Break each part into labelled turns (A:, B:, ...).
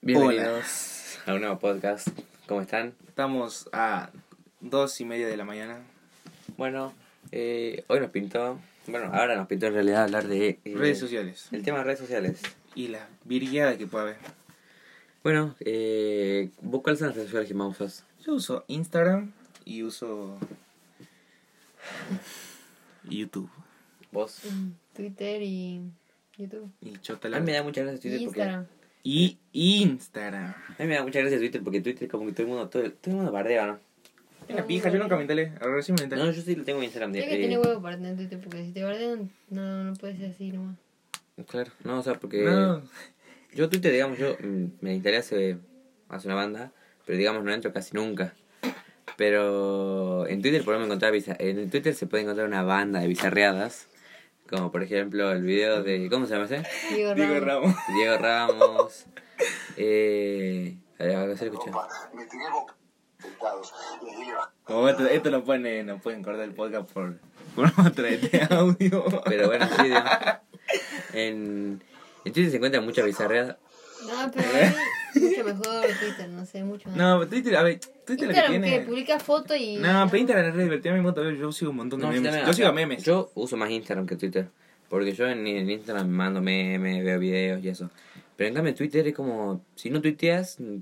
A: Bienvenidos a un nuevo podcast. ¿Cómo están?
B: Estamos a dos y media de la mañana.
A: Bueno, eh, hoy nos pintó, bueno, ahora nos pintó en realidad hablar de... eh,
B: Redes sociales.
A: El tema de redes sociales.
B: Y la virgueada que puede haber.
A: Bueno, eh, ¿vos cuáles son las redes sociales que más usas?
B: Yo uso Instagram y uso YouTube.
A: ¿Vos?
C: Twitter y YouTube.
B: Y chota
A: A
B: la-
A: mí me da muchas gracias Twitter porque...
C: Instagram.
B: Y Instagram.
A: A mí me da muchas gracias Twitter porque Twitter como que todo el mundo, todo el, todo el mundo bardea, ¿no?
B: Es una pija, yo nunca me instalé. Ahora recién me instalé.
A: No, yo sí lo tengo en Instagram.
C: Tienes
A: eh,
C: que tener huevo para tener Twitter porque si te guardan, no, no puedes ser así nomás.
A: Claro, no, o sea, porque...
B: No,
A: Yo Twitter, digamos, yo mm, me instalé hace, hace una banda, pero digamos no entro casi nunca. Pero en Twitter podemos encontrar bizar- en Twitter se puede encontrar una banda de bizarreadas, como por ejemplo el video de ¿cómo se llama ese?
C: Digo,
B: digo
C: Ramos.
B: Ramos.
A: Diego Ramos. Eh, a ver, a ver, se escucha.
D: Opa, me tiré boca. Sentados. Y ahí le va.
B: Como esto, esto lo pueden, no pueden cortar el podcast por, por otra de este audio.
A: Pero bueno, sí, digamos, en, en Twitter se encuentran muchas bizarreadas.
C: No, pero a mí mucho mejor Twitter, no sé, mucho más.
B: No, pero Twitter, a ver, Twitter lo que
C: Instagram que
B: tiene.
C: publica fotos y.
B: No, pero Instagram es re divertido. A mí me gusta ver, yo sigo un montón de
A: No, sí,
B: memes.
A: también,
B: yo
A: o
B: sigo
A: sea,
B: a memes.
A: Yo uso más Instagram que Twitter. Porque yo en, en Instagram mando memes, veo videos y eso. Pero en cambio en Twitter es como, si no tuiteas, mm,
C: No,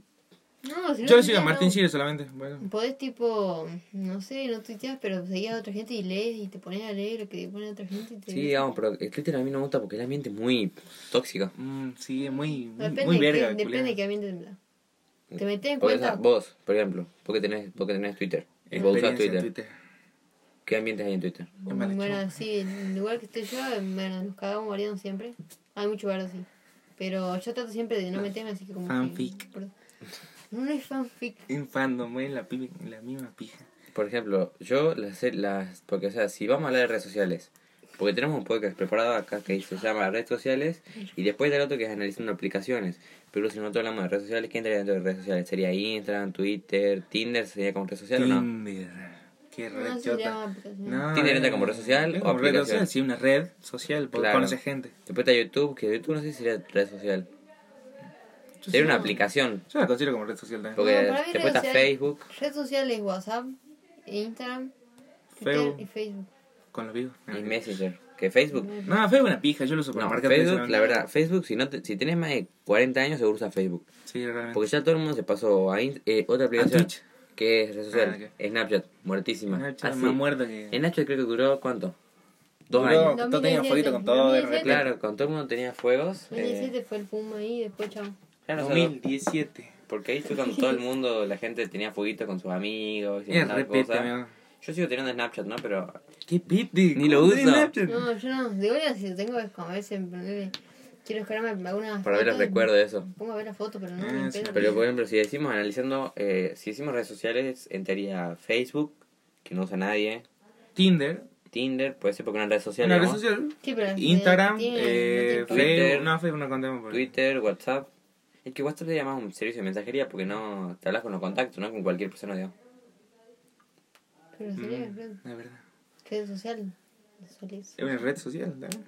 C: si no
B: Yo le
C: tuiteas,
B: sigo a Martín
C: no.
B: Sirio solamente. Bueno.
C: Podés tipo, no sé, no tuiteas, pero seguías a otra gente y lees y te pones a leer lo que pone otra gente y te...
A: sí,
B: ah,
A: digamos, pero el Twitter a mí no me gusta porque el ambiente es muy tóxico.
B: Mm, sí, es muy, muy,
C: Depende,
B: muy
C: de qué-
B: verga.
C: depende
B: culiao.
C: de qué ambiente te metas. Te metes en
A: Por
C: cuenta.
A: esa- vos, por ejemplo, vos que tenés, vos que tenés Twitter. y Vos usás
B: Experiencia
A: Twitter.
B: en Twitter.
A: ¿Qué ambientes hay en Twitter?
B: Es mala
C: Bueno, sí, el lugar que estoy yo, bueno, nos cagamos variando siempre. Hay mucho bardo, sí. Pero yo trato siempre de no meterme, así que como. que-
B: Fanfic.
C: por- no, no es fanfic.
B: En fandom, es la, pi- la misma pija.
A: Por ejemplo, yo las, las... Porque, o sea, si vamos a hablar de redes sociales. Porque tenemos un podcast preparado acá que se llama redes sociales. Y después del otro que es analizando aplicaciones. Pero si nosotros hablamos de redes sociales, ¿qué entraría dentro de redes sociales? ¿Sería Instagram, Twitter, Tinder? ¿Sería como red social o no?
B: Tinder. Qué red
C: No se llama
B: chota.
C: aplicación.
A: ¿Tinder
B: eh,
A: entra como red social
B: es
A: o
B: como red
A: aplicación?
B: social, sí, una red social. por
A: Claro.
B: Conocer gente.
A: Después está YouTube, que YouTube no sé si sería red social.
B: Yo,
A: Sería
B: sí-
A: una aplicación.
B: yo la considero como red social también.
A: Porque
C: No, para mí
A: después
C: redes
A: está
C: sociales-
A: Facebook.
C: Red social es WhatsApp, Instagram, Twitter
B: Feo.
C: y Facebook.
B: Con los vivos.
A: Y Messenger. Que Facebook.
C: Mm.
B: No, fue una pija, yo lo uso para
A: No,
B: marcar
A: Facebook,
B: atención.
A: la verdad, Facebook, si, no te- si tenés más de 40 años, seguro usas Facebook.
B: Sí, realmente.
A: Porque ya todo el mundo se pasó a in- eh, otra aplicación
B: Twitch.
A: que es red social,
B: Ah,
A: Snapchat, muertísima.
B: Snapchat
A: Ah,
B: más
A: sí.
B: muerto que.
A: En Snapchat creo que duró cuánto? Dos
B: Duró-
A: años.
B: Todos tenían
C: 2017,
B: fueguito con todo, de
C: 2017.
B: repente.
A: Claro, con todo el mundo tenía fuegos.
C: El
A: eh,
C: 17 fue el Puma ahí, después chao.
A: claro, o sea,
B: 2017.
A: porque ahí fue cuando todo el mundo, la gente tenía fueguitos con sus amigos. y
B: Es
A: mandaba
B: repete,
A: cosas.
B: mi amor.
A: Yo sigo teniendo Snapchat, ¿no? Pero
B: Qué piti.
A: Ni lo
B: ¿cómo
A: uso.
B: tiene Snapchat?
C: No, yo no. De hoy si lo tengo es como a veces ponerle- quiero descargarme alguna.
A: para ver los recuerdos de eso.
C: Pongo a ver las fotos, pero no.
B: Ah,
C: ni
B: sí,
C: pedo.
A: Pero por ejemplo, si decimos analizando, eh, si decimos redes sociales, entraría Facebook, que no usa nadie.
B: Tinder.
A: Tinder, puede ser porque una red social.
B: Una red
A: digamos.
B: social.
C: Sí, pero
B: Instagram.
C: tiene- no
B: eh,
C: tiene-
B: Facebook. No, Facebook no contamos. por-
A: Twitter, WhatsApp. Es que WhatsApp te llama un servicio de mensajería porque no te hablas con los contactos, no con cualquier persona, digamos.
C: Pero
A: Mm.
C: sería red,
B: La verdad.
C: red social. Solís.
B: Es una red social también.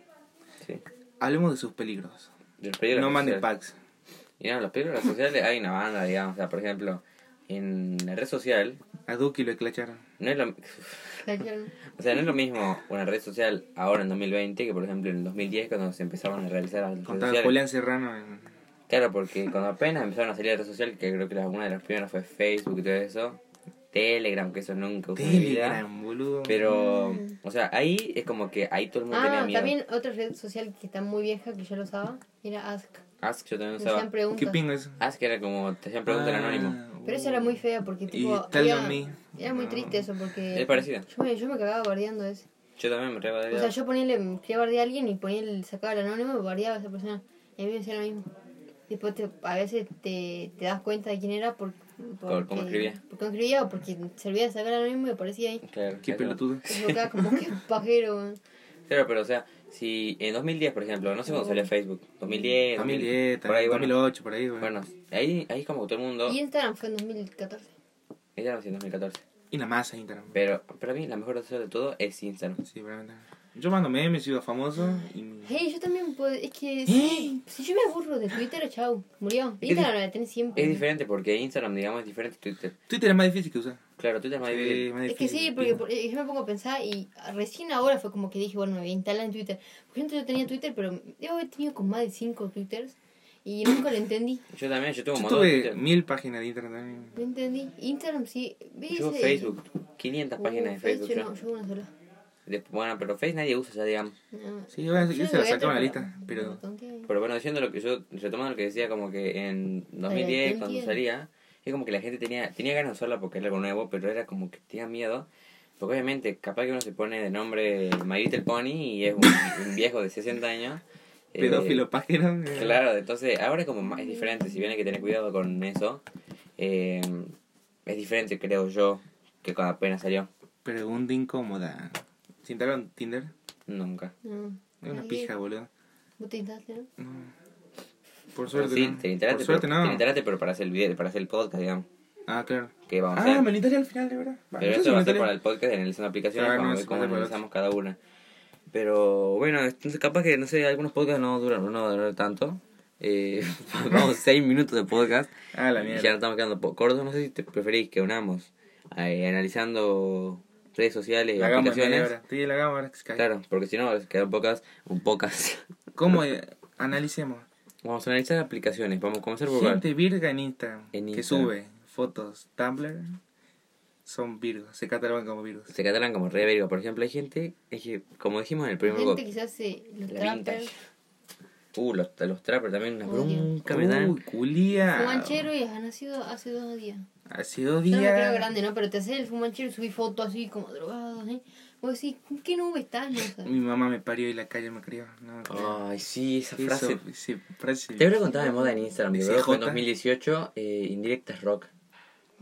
A: Sí.
B: Hablemos de sus peligros.
A: De los peligros
B: no
A: de las
B: manden
A: redes sociales.
B: packs.
A: Y no, los peligros de las sociales hay una banda, digamos. O sea, por ejemplo, en la red social,
B: A Duki lo esclacharon.
A: no es lo, o sea, no es lo mismo una red social ahora en 2020 que, por ejemplo, en 2010 cuando se empezaron a realizar las redes
B: Contaba
A: sociales.
B: Julián Serrano en.
A: Claro, porque cuando apenas empezaron a salir las redes sociales, que creo que la- una de las primeras fue Facebook y todo eso, Telegram, que eso nunca usé en mi vida.
B: Telegram, boludo.
A: Pero, o sea, ahí es como que ahí todo el mundo tenía
C: Ah,
A: miedo.
C: también otra red social que está muy vieja que yo lo usaba era Ask.
A: Ask yo también
C: Me
A: usaba.
C: hacían preguntas.
B: ¿Qué pingo eso? uh,
A: Ask era como, te hacían preguntas
B: Ah.
A: en anónimo.
C: Pero eso era muy fea porque tipo.
B: tell
C: era,
B: on me.
C: era muy triste eso porque.
A: Es parecida.
C: Yo me, yo me cagaba bardeando ese.
A: Yo también me re
C: O
A: bardeaba.
C: sea, yo ponía, quería bardear a alguien y ponía el, sacaba el anónimo y bardeaba a esa persona. Y a mí me hacía lo mismo. Después te- a veces te, te das cuenta de quién era por,
A: Por cómo escribía.
C: Por cómo escribía o porque servía de sacar el anónimo y aparecía ahí.
A: Claro,
B: Qué
A: claro.
B: pelotudo.
C: Y yo quedaba como que pajero. man.
A: Claro, pero o sea, si en 2010, por ejemplo, no sé cuándo
C: Oh.
A: salió Facebook, 2010,
B: 2010,
A: por ahí, bueno,
B: 2008, por ahí, güey.
A: bueno, ahí, ahí es como que todo el mundo,
C: Y Instagram fue en 2014.
A: ella nació en 2014,
B: Y la masa Instagram.
A: pero para mí la mejor red social de todo es Instagram.
B: Sí, realmente. Yo mando memes, sigo a famosos y...
C: Hey, yo también puedo. Es que si, si yo me aburro de Twitter, chau, murió.
A: ¿Eh? Es
C: Instagram
A: di-
C: la tenés siempre.
A: Es diferente porque Instagram, digamos, es diferente a Twitter.
B: Twitter es más difícil que usar.
A: Claro, Twitter es más
B: Sí,
A: difícil.
B: más
C: Es que
B: difícil.
C: sí, porque por- eh, yo me pongo a pensar y recién ahora fue como que dije, bueno, me voy a instalar en Twitter. Por ejemplo, yo tenía Twitter, pero yo he tenido con más de 5 Twitters y nunca lo entendí.
A: Yo también, yo tuve un
B: Yo
A: montón de
B: tuve
A: Twitter.
B: mil páginas de internet también.
C: No entendí. Instagram sí. ¿Ves?
A: Yo
C: Eh,
A: Facebook, 500
C: uh,
A: páginas de Facebook.
C: Yo
A: yo.
C: no, yo una sola.
A: Después- bueno, pero Facebook nadie usa ya, digamos.
C: No.
B: Sí, yo, yo
C: Yo
B: se la
C: voy a
B: sacaba la
C: entrar,
B: lista, pero...
C: tontería.
A: Pero bueno, diciendo lo que yo, retomando lo que decía, como que en 2010, cuando
C: 2010.
A: salía, es como que la gente tenía, tenía ganas de usarla porque era algo nuevo, pero era como que tenía miedo. Porque obviamente, capaz que uno se pone de nombre My Little Pony y es un, un viejo de 60 años. eh,
B: Pedófilo, página. eh.
A: Claro, entonces ahora es como más, es diferente, si bien hay que tener cuidado con eso, eh, es diferente, creo yo, que cuando apenas salió.
B: Pregunta incómoda. ¿Se instalaron Tinder?
A: Nunca.
C: No.
B: Es una
C: Ay,
B: pija, boludo.
C: Vos te instalaste, ¿no?
B: Por suerte
A: sí,
B: no.
A: te enteraste,
B: Por suerte
A: pero,
B: no.
A: te enteraste, pero para hacer el video, para hacer el podcast, digamos.
B: Ah, claro.
A: Que vamos a
B: Ah,
A: hacer.
B: me lo instalé al final, de verdad. Va,
A: Pero
B: yo sí
A: esto
B: me
A: va a ser
B: instalé.
A: para el podcast, analizando aplicaciones, vamos
B: Claro,
A: a
B: no,
A: ver
B: eso
A: cómo
B: va a ser para
A: analizamos cada una. Pero bueno, entonces capaz que, no sé, algunos podcasts no duran, no van a durar tanto. Eh, vamos, 6 minutos de podcast.
B: Ah, la
A: Y
B: mierda.
A: ya nos estamos quedando po- cortos. No sé si te preferís que unamos eh, analizando redes sociales y
B: la gama, media
A: aplicaciones.
B: hora. Estoy en la gama, ahora que se cae.
A: Claro, porque si no, quedan pocas, un pocas.
B: ¿Cómo eh, analicemos?
A: Vamos a analizar aplicaciones. Vamos a comenzar por cuál.
B: Gente virga en Instagram.
A: En
B: que
A: Instagram.
B: sube fotos, Tumblr. Son virgos. Se catalogan como virgos.
A: Se catalan como re verga. Por ejemplo, hay gente, es que, como dijimos en el primer
C: Gente
A: bloque,
C: que se hace los
A: la
C: trappers,
A: vintage. Uh, los, los trappers también, una
C: Odio.
A: bronca me dan.
B: Uy, culia.
C: fumanchero y han nacido hace dos días.
B: Hace dos
C: Yo
B: días.
C: no me creo grande, ¿no? Pero te haces el fumanchero y subí fotos así como drogados, ¿eh? Vos decís, ¿en qué nube estás? No sé.
B: Mi mamá me parió y la calle me crió. No, me creo.
A: Ay, sí, Oh, esa
B: Eso,
A: frase.
B: sí, frase.
A: Te habré contado de moda en Instagram, yo
B: Dice
A: creo que fue en
B: J.
A: 2018, eh, Indirectas Rock.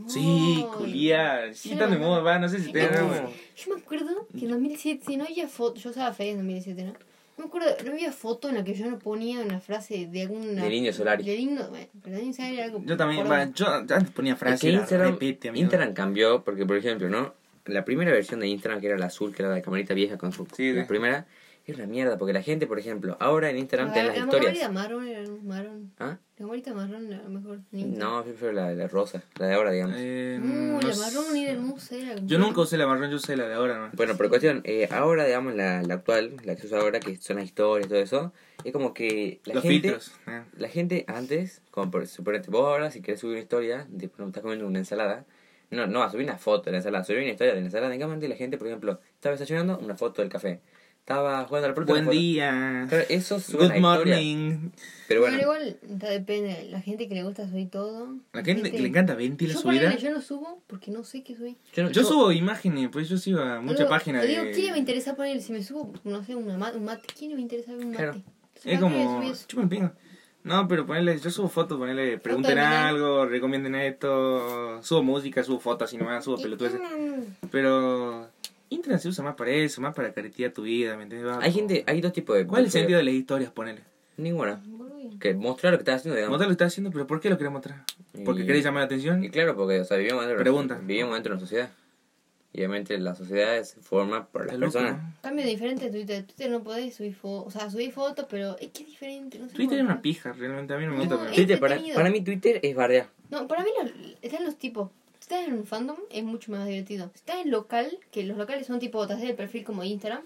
B: Sí,
C: Ay.
B: culia. Sí,
C: Yo
B: tan de
C: no-
B: moda, va. No sé si te
A: No.
B: güey.
C: Yo me acuerdo que en 2007, si no había foto, yo usaba Facebook en 2007, ¿no? No me acuerdo, no había foto en la que yo no ponía una frase de alguna...
A: Del Indio Solari.
C: Del Indio, bueno, pero del Indio Solari era algo...
B: Yo también,
C: poronga.
B: va, yo antes ponía
A: Es que
B: frases, las
A: Instagram,
B: repete, amigo.
A: Instagram cambió, porque por ejemplo, ¿no? La primera versión de Instagram, que era la azul, que era la camarita vieja con su...
B: Sí,
A: la
B: sí.
A: primera, es una mierda, porque la gente, por ejemplo, ahora en Instagram te da
C: La,
A: las
C: la camarita
A: historias.
C: marrón era marrón.
A: ¿Ah?
C: La camarita marrón era la mejor. en Insta.
A: No, yo prefiero la, la rosa, la de ahora, digamos.
B: Eh,
C: Uh,
B: no
C: la
B: sé.
C: marrón era hermosa. Era
B: Yo nunca usé la marrón, yo usé la de ahora, ¿no?
A: Bueno, por cuestión, eh, ahora, digamos, la, la actual, la que se usa ahora, que son las historias, todo eso, es como que la
B: Los
A: gente...
B: filtros. eh.
A: La gente antes, como por, suponete, vos ahora si querés subir una historia, de, por ejemplo, estás comiendo una ensalada, no, no, a subir una foto de la ensalada, subir una historia de la ensalada, digamos, antes la gente, por ejemplo, estaba desayunando, una foto del café, estaba jugando al
B: Buen día.
A: eso es
B: Good
A: una historia,
B: morning.
A: pero
C: Pero
A: bueno,
C: igual, da- depende. La gente que le gusta subir todo.
B: La gente que le encanta Venti la
C: Yo,
B: subida.
C: ponele, yo no subo porque no sé qué subir.
A: yo, no-
B: Yo
A: yo-
B: subo imágenes, pues yo sigo a muchas
C: Boludo,
B: páginas
C: te digo, ¿quién me
B: de.
C: interesa poner? Si me subo, no sé, una ma- un mate. ¿Quién me interesa ver un mate?
A: Claro.
C: Entonces,
B: Es
C: ¿para qué voy a
B: como.
C: subir eso?
B: chupa el pingo. No, pero ponele, yo subo fotos, ponele, pregunten
C: de nada.
B: algo, recomienden esto, subo música, subo fotos así nomás, subo
C: Y-
B: pelotudeces.
C: mm,
B: Pero Instagram se usa más para eso, más para caretear tu vida, ¿me entiendes? Va
A: hay
B: como-
A: gente, hay dos tipos de...
B: ¿Cuál es
A: de-
B: el sentido de las historias, ponele?
A: Ninguna,
C: boludo.
A: que mostrar lo que estás haciendo, digamos,
B: Mostrar lo que estás haciendo, pero ¿por qué lo querés mostrar? ¿Porque
A: Y-
B: querés llamar la atención?
A: y claro, porque, o sea, vivimos dentro,
B: Pregunta.
A: vivimos dentro de una sociedad, y obviamente la sociedad se forma por las
B: Está loco,
A: personas.
B: ¿no?
C: Cambio diferente de Twitter. Twitter no podés subir fotos. O sea, subir fotos, pero es que es diferente. No sé
B: Twitter es
C: cómo
B: una
C: explicar.
B: pija, realmente a mí no me
C: No,
B: gusta.
C: es-
B: pero-
A: Twitter, para,
C: entretenido.
A: para mí Twitter es bardear.
C: No, para mí los- están los tipos. Si estás en un fandom, es mucho más divertido. Si estás en local, que los locales son tipo, te haces el perfil como Instagram,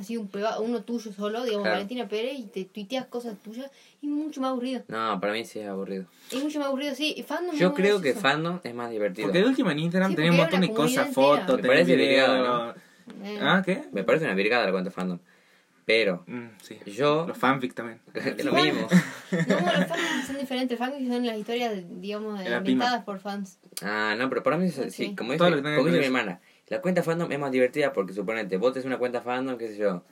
C: así un priva- uno tuyo solo, digamos
A: Claro.
C: Valentina Pérez, y te tuiteas cosas tuyas, y es mucho más aburrido.
A: No, para mí sí es aburrido.
C: Es mucho más aburrido, sí. Y fandom
A: Yo
C: no
A: creo
C: es
A: que
C: eso.
A: fandom es más divertido.
B: Porque de última en Instagram
C: Sí,
B: tenés un
C: porque
B: montón
C: era
B: de
C: una comunidad
B: cosas,
C: entera.
B: fotos,
A: Me
B: tenés
A: parece
B: videos.
A: delgado,
C: Eh,
B: ¿Ah, qué?
A: Me parece una virgada la cuenta fandom. Pero,
B: Mm, sí.
A: Yo-
B: Los fanfic también.
A: es lo mismo.
C: No, los fandoms son diferentes. Fandoms son las historias, digamos,
B: En la
C: inventadas por fans.
A: Ah, no, pero para mí, sí,
C: Ah, sí.
A: como dice,
B: Todo lo que tenga
A: como
B: que
A: dice mi
B: ver.
A: hermana, la cuenta fandom es más divertida porque suponete, vos tenés una cuenta fandom, qué sé yo,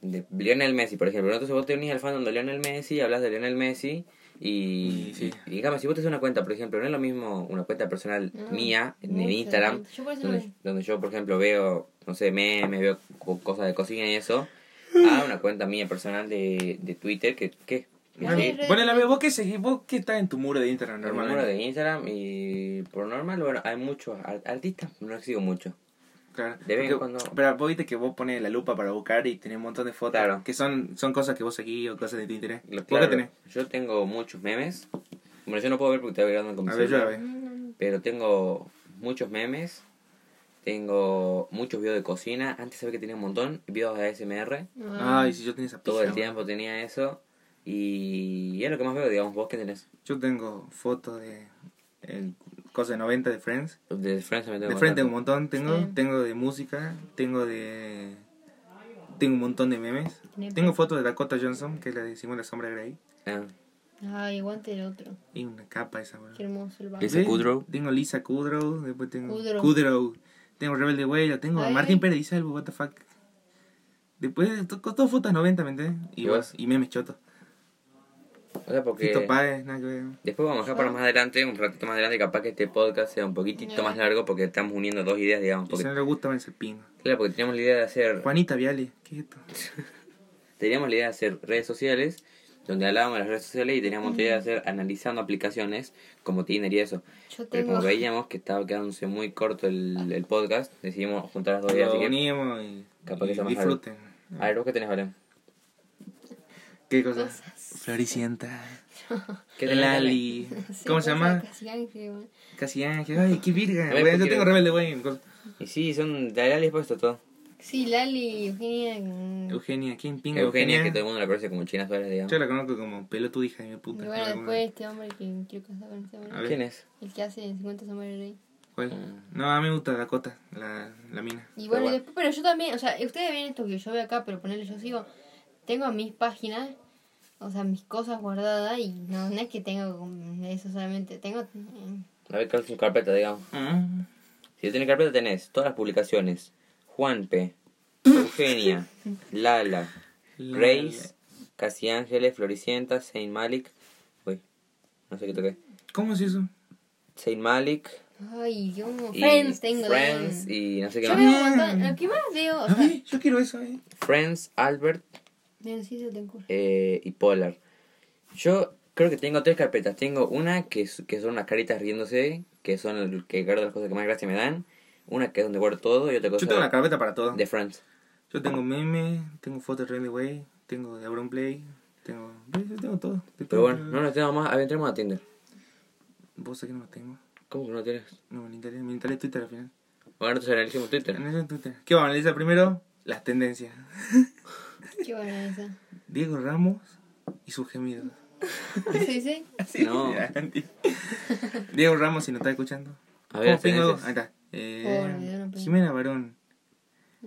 A: de Lionel Messi, por ejemplo. Entonces vos te unís al fandom de Lionel Messi, hablas de Lionel Messi. Y,
B: Y sí.
A: y digamos, si vos tenés una cuenta, por ejemplo, no es lo mismo una cuenta personal
C: Ah, No,
A: mía en,
C: mucho,
A: Instagram,
C: mucho. Yo por eso no
A: donde,
C: me-
A: donde yo, por ejemplo, veo, no sé, memes, veo co- cosas de cocina y eso, a una cuenta mía personal de, de Twitter que, ¿qué? Que
C: Bueno,
A: sí,
C: re-
B: Bueno, la vez, vos qué seguís, vos qué estás en tu muro de Instagram
A: el número
B: normalmente.
A: de Instagram y por normal, bueno, hay muchos ar- artistas, no sigo mucho.
B: Claro.
A: De vez en
B: Porque-
A: cuando-
B: Pero vos viste que vos pones la lupa para buscar y tenés un montón de fotos.
A: Claro.
B: Que son, son cosas que vos seguís o cosas de tu interés.
A: Lo-
B: ¿Vos
A: claro,
B: qué tenés?
A: Yo tengo muchos memes. Bueno, yo no puedo ver porque estoy grabando con mi
B: A ver, yo
A: celular,
B: a ver.
C: Mm,
A: Pero tengo muchos memes. Tengo muchos videos de cocina. Antes sabía que tenía un montón. Videos de ASMR.
C: ah.
B: Ay, si yo tenía esa
A: Todo el
B: pizza,
A: tiempo tenía eso. Y es lo que más veo, digamos. ¿Vos qué tenés?
B: Yo tengo fotos de eh, cosas de 90 de Friends.
A: De Friends me tengo
B: De
A: bastante.
B: frente un montón tengo,
C: Sí.
B: tengo de música, tengo de tengo un montón de memes.
C: Tiene-
B: Tengo fotos de Dakota Johnson, que es la de Simón la sombra Grey,
A: Ah,
C: Ay, aguante el otro.
B: y una capa esa, boludo.
C: Qué hermoso el barrio.
A: Lisa
B: Sí,
A: Kudrow.
B: Tengo Lisa Kudrow, después tengo
C: Kudrow.
B: Kudrow. Tengo Rebelde Way, tengo a
C: Ay.
B: Martín Pérez Isalvo, what the fuck. Después, to- con todas fotos 90, ¿me entiendes? Y,
A: ¿Y
B: vos-
A: vos?
B: y memes chotos.
A: Ah, O sea, porque...
B: Fito Páez, nada que ver.
A: Después vamos a dejar para más adelante, un ratito más adelante, capaz que este podcast sea un poquitito más largo porque estamos uniendo dos ideas, digamos.
B: Y si no
A: Porque,
B: le gusta, van a ser pingo.
A: claro, porque teníamos la idea de hacer...
B: Juanita Viale, ¿qué es esto?
A: teníamos la idea de hacer redes sociales, donde hablábamos de las redes sociales y teníamos la idea de hacer analizando aplicaciones como Tinder y eso. Pero
C: Yo tengo.
A: como veíamos que estaba quedándose muy corto el, el podcast, decidimos juntar las dos ideas.
B: Lo
A: Oh, Así que,
B: unimos y,
A: Capaz que
B: y
A: sea más largo.
B: disfruten. Ah,
A: a ver, ¿vos qué tenés, Valen?
B: ¿Qué cosas?
C: Cosas.
B: Floricienta.
A: ¿Qué tenés,
B: Lali.
C: Sí,
B: ¿Cómo se
C: cosas
B: llama?
C: casi ángel, güey.
B: Casi Ángel. Ay, qué virga.
A: A ver,
B: Bueno,
A: ¿por
B: yo
A: qué
B: tengo
A: no?
B: Rebelde Way. con
A: Valen? Y sí, son... Dale, dale, puesto todo.
C: Sí, Lali, Eugenia. mm,
B: Eugenia, ¿quién pinga?
A: Eugenia, que todo el mundo la conoce como China Suárez, digamos.
B: Yo la conozco como pelotuda hija de mi
C: Y
B: puta.
C: bueno,
B: Alguna-
C: después este hombre que quiero casar con este
B: A
C: hombre.
B: ver.
A: ¿Quién es?
C: El que hace en 50 sombras de rey.
B: ¿Cuál?
A: Mm.
B: No, a mí me gusta Dakota, la, la mina.
A: Pero
C: Y bueno,
A: bueno.
C: después, pero yo también, o sea, ustedes ven esto que yo veo acá, pero ponerle yo sigo, tengo mis páginas, o sea, mis cosas guardadas y no, no es que tengo como eso solamente, tengo... mm,
A: A ver, ¿cuál es su carpeta, digamos?
B: Ah,
A: Si tenés carpeta tenés todas las publicaciones. Juanpe, Eugenia, Lala,
B: la-
A: Grace, Casi Ángeles, Floricienta, Saint Malik. Uy, no sé qué toqué.
B: ¿Cómo es eso?
A: Saint Malik.
C: Ay, yo
A: Y
C: Friends tengo.
A: Friends
C: también.
A: y no sé qué
C: Yo
A: más.
C: veo un montón, lo que más veo, o sea,
B: Ay, yo quiero eso, eh.
A: Friends, Albert
C: miren, sí se te ocurre.
A: eh, y Polar. Yo creo que tengo tres carpetas. Tengo una que, es- que son unas caritas riéndose, que son el- que guardo las cosas que más gracia me dan. Una que es donde guardo todo y otra cosa
B: Yo tengo la carpeta para todo.
A: de Friends.
B: Yo tengo memes, tengo fotos de Rebelde Way, tengo de Auron Play, tengo. Yo tengo todo. Yo
A: Pero
B: tengo-
A: bueno, no nos tenemos más. A ver, entremos a Tinder.
B: Vos sabés que no lo tengo.
A: ¿Cómo que no tienes?
B: No, me interesa, me interesa Twitter al final.
A: Bueno, entonces analicemos Twitter.
B: En ese Twitter. ¿Qué vamos a analizar primero? Las tendencias.
C: Qué buena esa.
B: Diego Ramos y sus gemidos.
C: Sí, sí.
A: No.
B: Diego Ramos, si no está escuchando.
A: A ver,
B: ¿Cómo pingo?
A: tendencias.
B: Ahí está. Eh,
C: Pobre, me dieron pena.
B: Jimena Barón.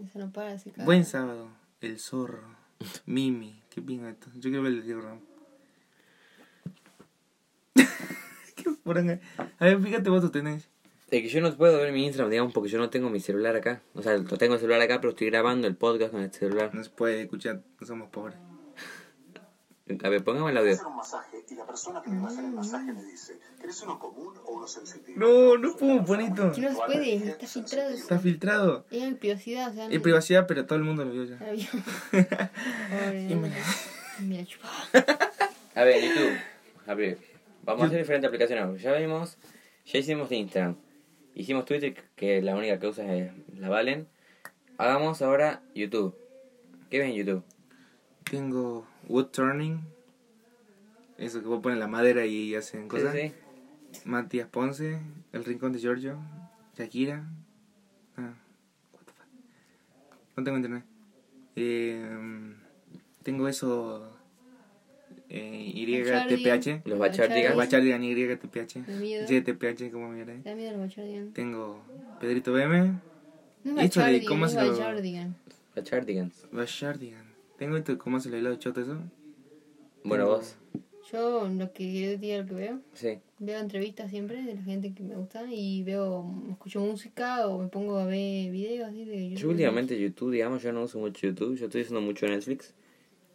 C: Eso no para, así
B: Buen sábado. El zorro. Mimi. ¿Qué pingo esto? Yo quiero ver el Diego Ramos. Qué poronga. A ver, fíjate vos tu tendencia.
A: Es que yo no puedo ver mi Instagram, digamos, porque yo no tengo mi celular acá. O sea, lo tengo el celular acá, pero estoy grabando el podcast con el celular.
B: No se puede escuchar, no somos pobres.
A: A ver, póngame el audio.
D: hacer un masaje y la persona que me va a hacer el masaje me dice, ¿querés uno común o uno sensitivo?
B: No, no puedo poner esto.
C: Que no se puede, está filtrado eso.
B: Está filtrado.
C: Es en privacidad, o sea...
B: En
C: no-
B: privacidad, pero todo el mundo lo vio ya.
C: Ay, Pobre, no. Mira, chupa.
A: A ver, YouTube. A ver, vamos a hacer diferentes aplicaciones. Ya vimos, ya hicimos Instagram. Hicimos Twitter, que la única que usa es la Valen. Hagamos ahora YouTube. ¿Qué ves en YouTube?
B: Tengo wood turning. Eso que vos pones la madera y hacen cosas.
A: Sí, sí.
B: Matías Ponce, El Rincón de Giorgio, Shakira. Ah, what the fuck. No tengo internet. Eh, tengo eso. Eh, YTPH.
A: Los bachardigas.
C: Bachardigas.
B: Bachardian YTPH.
C: Me miedo.
B: YTPH, como mierda. eh.
C: Da miedo el bachardigan.
B: Tengo Pedrito BM,
C: No
B: Esto de
C: bachardigan,
B: cómo
C: es
B: se lo-
C: bachardigan.
A: La Chardigans.
B: Bachardian. Tengo esto, ¿cómo se lo helado choto eso?
A: Bueno, vos.
C: Yo lo que digo lo que veo,
A: Sí.
C: veo entrevistas siempre de la gente que me gusta y veo, escucho música o me pongo a ver videos así de
A: Yo últimamente YouTube, digamos, yo no uso mucho YouTube. Yo estoy usando mucho Netflix.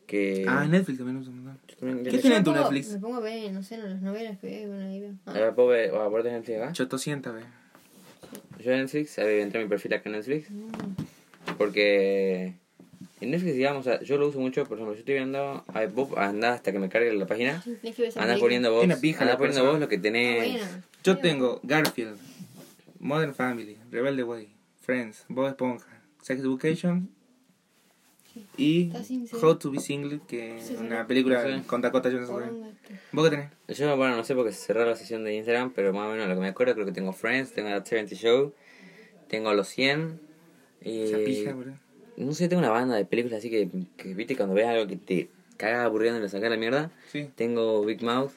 A: Que...
B: Ah, Netflix también uso un montón.
A: Eh. Yo también-
B: ¿Qué
A: Netflix.
C: Yo
B: tiene
C: me
B: en tu
C: pongo-
B: Netflix?
C: Me pongo a ver, no sé, no, las novelas que veo, bueno, ahí veo. Ah,
A: Ahora puedo ver, ah, ¿puedo ver Netflix acá?
B: Chotocienta, ve.
A: Yo en Netflix, a ver, entré a mi perfil acá en Netflix. Porque en Netflix, digamos, o sea, yo lo uso mucho. Por ejemplo, yo estoy viendo. A ver, vos andás hasta que me cargue la página.
C: tenés que ver esa
A: Andás
C: película. Ah,
A: poniendo vos.
B: Una pija
A: Andás
B: la
A: poniendo
B: persona.
A: vos lo que tenés.
C: Bueno,
B: Yo tengo Garfield, Modern Family, Rebelde Way, Friends, Bob Esponja, Sex Education y
C: Está sincero.
B: How to Be Single, que es
C: Sí, Oh. sí.
B: una película
A: Sí.
B: con Dakota
A: pues,
B: Johnson.
C: Por onda que-
B: ¿Vos qué tenés?
A: Yo, bueno, no sé porque se cerró la sesión de Instagram, pero más o menos lo que me acuerdo, creo que tengo Friends, tengo The 70 Show, tengo Los 100. Y
B: Esa pija, boludo.
A: no sé, tengo una banda de películas así que, que viste cuando ves algo que te cagas aburriendo y le sacas la mierda.
B: Sí.
A: Tengo Big Mouth,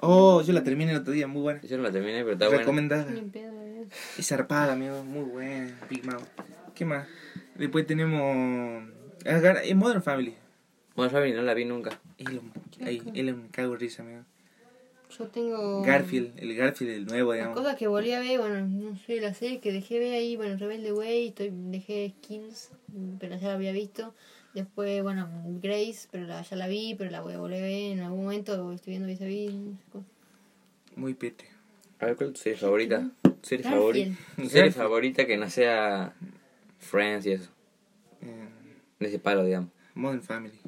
B: Oh, yo la terminé el otro día, muy buena.
A: yo no la terminé, pero está buena.
B: Recomendada.
C: Ni pedo, eh. boludo.
B: Y zarpada, amigo. Muy buena. Big Mouth. ¿Qué más? Después tenemos. ah, gar- eh, Modern Family.
A: Bueno, Family no la vi nunca.
B: Elon. Ay, Elon, me cago en risa, amigo.
C: Yo tengo.
B: Garfield. El Garfield, el nuevo,
C: Las
B: digamos.
C: cosas que volví a ver, bueno, no sé, la serie que dejé ver ahí, bueno, Rebelde Way, estoy, dejé Skins, pero ya la había visto. Después, bueno, Grace, pero la, ya la vi, pero la voy a volver a ver en algún momento, estoy viendo vis a vis. no sé cómo.
B: Muy pete.
A: A ver, ¿cuál es tu serie favorita? Serie favorita.
C: Garfield.
A: Serie favorita que no sea Friends y eso.
B: Eh,
A: De ese palo, digamos.
B: Modern Family.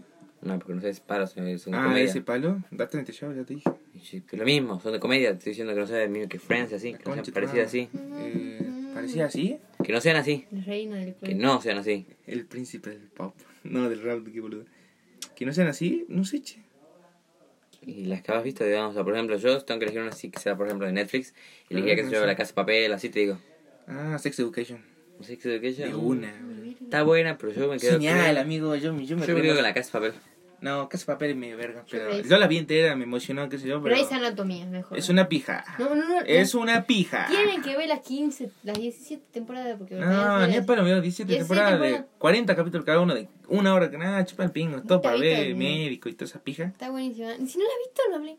A: No, porque no sé, es palo, sino que son de
B: Ah,
A: comedia.
B: ese palo. Date en show, ya te dije.
A: Y sí, que Lo mismo, son de comedia. Estoy diciendo que no sea del mismo que Friends y así.
B: La
A: Que no sean
B: concha de tu
A: parecidas
B: madre.
A: así.
B: Eh, ¿Parecía así?
A: Que no sean así.
C: La reina del
A: Que
C: cuento.
A: no sean así.
B: El príncipe del pop. No, del rap, qué boludo. Que no sean así, no sé, che.
A: Y las que has visto, digamos, o sea, por ejemplo, yo tengo que elegir una así que sea, por ejemplo, de Netflix. Y elegir
B: Ah,
A: que se
B: no
A: lleva
B: sé.
A: la casa de papel, así te digo.
B: Ah, Sex Education.
A: No sé qué es aquella.
B: De una. boludo.
A: Está buena, pero yo me quedo.
B: Genial, amigo. Yo, yo me
A: Yo me
B: quedo
A: quedo con la casa de papel.
B: No, Casa Papel me verga. Pero
C: Grey's.
B: yo la vi entera, me emocionó, qué sé yo. Pero
C: Grace Anatomía, mejor.
B: es una pija.
C: No, no, no.
B: Es una pija.
C: Tienen que ver las 15, las 17 temporadas, porque
B: No, ni es para mí, 17
C: 17
B: temporadas de
C: temporadas.
B: 40 capítulos cada uno, de una hora que nada, chupa el pingo, todo
C: Nunca
B: para
C: viste
B: ver
C: el-
B: médico y toda esa pija.
C: Está buenísima. Si no la has visto, no hablé.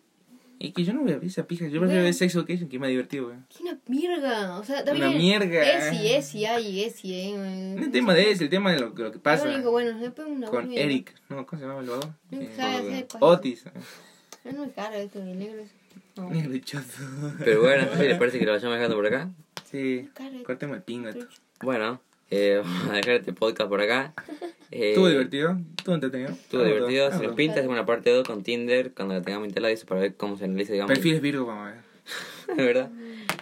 B: Es que yo no voy a ver esa pija, yo prefiero
C: Bueno.
B: ver Sex Education que es más divertido, güey.
C: ¡Qué una mierda! O sea, está
B: Una
C: bien.
B: mierda.
C: Es y es y hay, es y eh.
B: No el tema de ese, el tema de lo, lo que pasa
C: Lo único bueno, después una
B: con
C: boluda.
B: Eric, no, ¿cómo se llama el vago?
C: No
B: Eh,
C: sabe hacer paja.
B: Otis. eh,
C: No, no es caro esto del negro. es- No,
B: Ni
C: es
B: el chozo.
A: Pero bueno, no sé si les parece que lo vayamos dejando por acá.
B: Sí,
C: caro. esto.
B: cortemos el pingo. esto.
A: Bueno, eh, vamos a dejar este podcast por acá. Eh,
B: Estuvo divertido, estuvo entretenido. Ah,
A: Estuvo divertido. Se
B: Estuvo
A: nos pinta hacer una parte 2 con Tinder cuando la tengamos instalada y eso para ver cómo se analiza, digamos.
B: Perfiles Virgo, vamos a ver.
A: De verdad.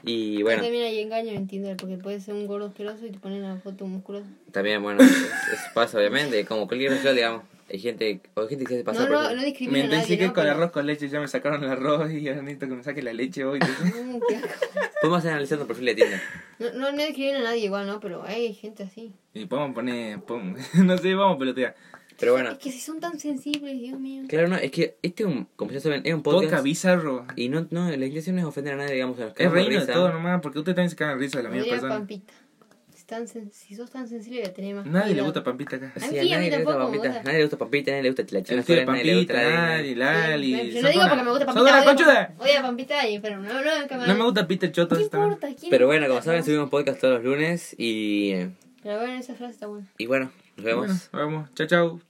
A: Y bueno,
C: También hay engaño en Tinder porque puede ser un gordo asqueroso y te ponen una foto musculosa.
A: también, bueno, es- eso pasa obviamente. Como cualquier social, digamos, hay gente, o hay gente que se hace
C: No,
A: pasar
C: no,
A: por.
C: no
B: Me
C: discrimina a nadie.
B: pensé que
C: ¿no?
B: con
C: Pero-
B: arroz con leche ya me sacaron el arroz y ahora necesito que me saque la leche hoy.
C: Mm, qué asco.
A: Podemos hacer Pues analizando el perfil de Tinder.
C: No, no, no discrimina a nadie igual, ¿no? Pero hay gente así.
B: y podemos poner, podemos- no sé, vamos a pelotear.
A: Pero bueno,
C: Es que si son tan sensibles, Dios mío.
A: claro, no, es que este, es un, como ya saben, es un podcast.
B: Poca bizarro.
A: y no, no, la intención no es ofender a nadie, digamos, a los que
B: Es
A: nos damos
B: reino de
A: risa.
B: todo nomás, porque ustedes también se cagan de risa de la misma
C: Mira
B: persona.
C: Pampita. Si, tan sen- si sos tan sensible, voy a tener más.
B: Nadie le
C: cuidado.
B: gugusta Pampita acá.
A: Sí,
C: A
A: a,
C: mí sí, a mí
A: nadie le gusta
C: tampoco me
A: papita,
C: gusta.
A: nadie le gusta papita, nadie le gusta la
B: El
A: china
B: tío de
A: sola, nadie le gusta
B: Pampita,
A: la
B: Lali, Lali.
C: Yo
B: son
C: no digo
B: todas-
C: porque me gusta
B: ¡Son
C: Pampita.
B: todas
C: odio-
B: conchudas!
C: Odio a Pampita y pero no, no, cámara.
B: ¿eh? No me gusta Peter Choto.
C: ¿Qué
B: esta.
C: importa? ¿Quién?
A: Pero bueno, como saben, subimos podcast todos los lunes y,
C: Pero bueno, esa frase está buena.
A: y bueno, nos vemos.
B: Bueno, vamos. Chao, chao.